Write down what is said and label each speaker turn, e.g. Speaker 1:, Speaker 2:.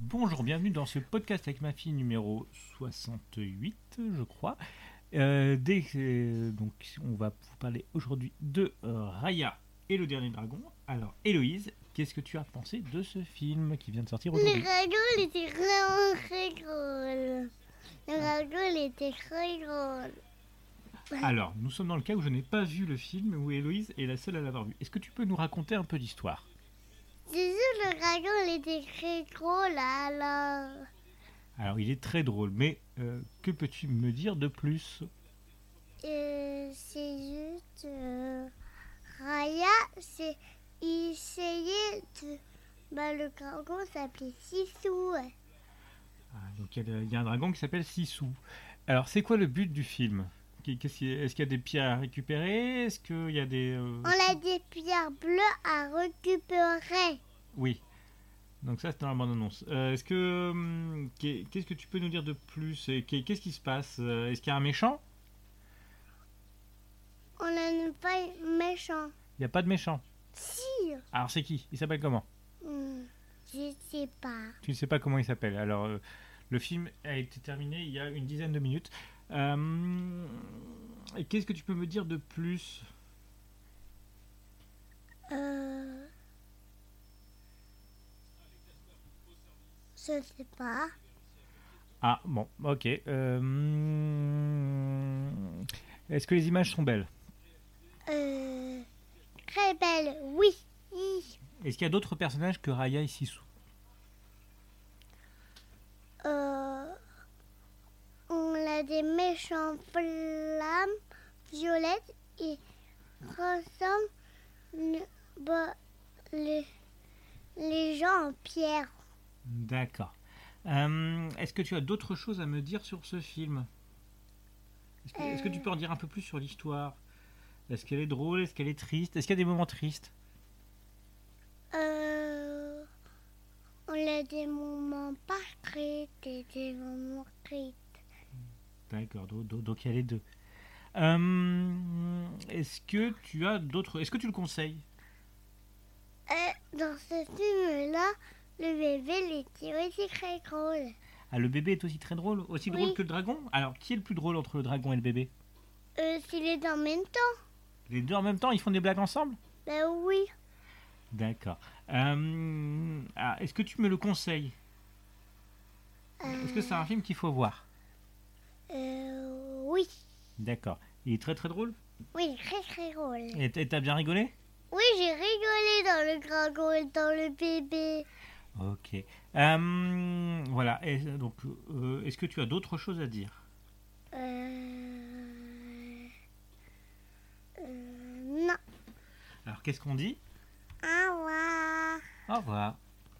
Speaker 1: Bonjour, bienvenue dans ce podcast avec ma fille numéro 68, je crois. Euh, dès, euh, donc, on va vous parler aujourd'hui de euh, Raya et le dernier dragon. Alors, Héloïse, qu'est-ce que tu as pensé de ce film qui vient de sortir
Speaker 2: Le
Speaker 1: aujourd'hui
Speaker 2: ragoût, il était vraiment très drôle. Le ragoût, il était très drôle.
Speaker 1: Alors, nous sommes dans le cas où je n'ai pas vu le film où Héloïse est la seule à l'avoir vu. Est-ce que tu peux nous raconter un peu l'histoire
Speaker 2: C'est sûr, le ragoût, il était très drôle, alors...
Speaker 1: Alors, il est très drôle, mais euh, que peux-tu me dire de plus
Speaker 2: euh, c'est juste... euh, Raya, c'est... Il essayait de... Bah, le dragon s'appelait Sissou.
Speaker 1: Ah, Donc il y, a- il y a un dragon qui s'appelle Sissou. Alors c'est quoi le but du film Qu'est- qu'est-ce qui- Est-ce qu'il y a des pierres à récupérer Est-ce qu'il y a des... euh,
Speaker 2: On a des pierres bleues à récupérer.
Speaker 1: Oui. Donc ça c'est dans la bande-annonce. Euh, Est-ce que... hum, qu'est- Qu'est-ce que tu peux nous dire de plus Et qu'est- Qu'est-ce qui se passe Euh, Est-ce qu'il y a un méchant
Speaker 2: On a une paille méchant.
Speaker 1: Il n'y a pas de méchant.
Speaker 2: Si
Speaker 1: Alors c'est qui Il s'appelle comment
Speaker 2: Hmm, Je sais pas.
Speaker 1: Tu ne sais pas comment il s'appelle. Alors euh, le film a été terminé il y a une dizaine de minutes. Euh, et Qu'est-ce que tu peux me dire de plus
Speaker 2: Euh... Je sais pas.
Speaker 1: Ah bon, ok. Euh, hmm, Est-ce que les images sont belles
Speaker 2: Euh... Très belle, oui. Hi.
Speaker 1: Est-ce qu'il y a d'autres personnages que Raya et Sissou
Speaker 2: Euh... On a des méchants flammes violettes et ressemblent le- bah, les, les gens en pierre.
Speaker 1: D'accord. Euh, Est-ce que tu as d'autres choses à me dire sur ce film Est-ce que, est-ce que tu peux en dire un peu plus sur l'histoire Est-ce qu'elle est drôle Est-ce qu'elle est triste Est-ce qu'il y a des moments tristes
Speaker 2: Euh... On a des moments pas tristes et des moments tristes.
Speaker 1: D'accord, do- do- donc il y a les deux. Euh, Est-ce que tu as d'autres Est-ce que tu le conseilles
Speaker 2: Euh, dans ce film-là, le bébé, il était aussi très drôle.
Speaker 1: Ah, le bébé est aussi très drôle, aussi drôle
Speaker 2: Oui.
Speaker 1: que le dragon. Alors, qui est le plus drôle entre le dragon et le bébé
Speaker 2: Euh, s'il est en même temps
Speaker 1: Les deux en même temps, ils font des blagues ensemble
Speaker 2: Ben oui.
Speaker 1: D'accord. Euh, ah, Est-ce que tu me le conseilles Est-ce que c'est un film qu'il faut voir
Speaker 2: Euh, oui.
Speaker 1: D'accord. Il est très très drôle.
Speaker 2: Oui, très très drôle.
Speaker 1: Et t- et t'as bien rigolé
Speaker 2: Oui, j'ai rigolé dans le dragon et dans le bébé.
Speaker 1: Ok. Euh, voilà. Et donc, euh, est-ce que tu as d'autres choses à dire
Speaker 2: Euh... euh non.
Speaker 1: Alors, qu'est-ce qu'on dit
Speaker 2: Au revoir.
Speaker 1: Au revoir.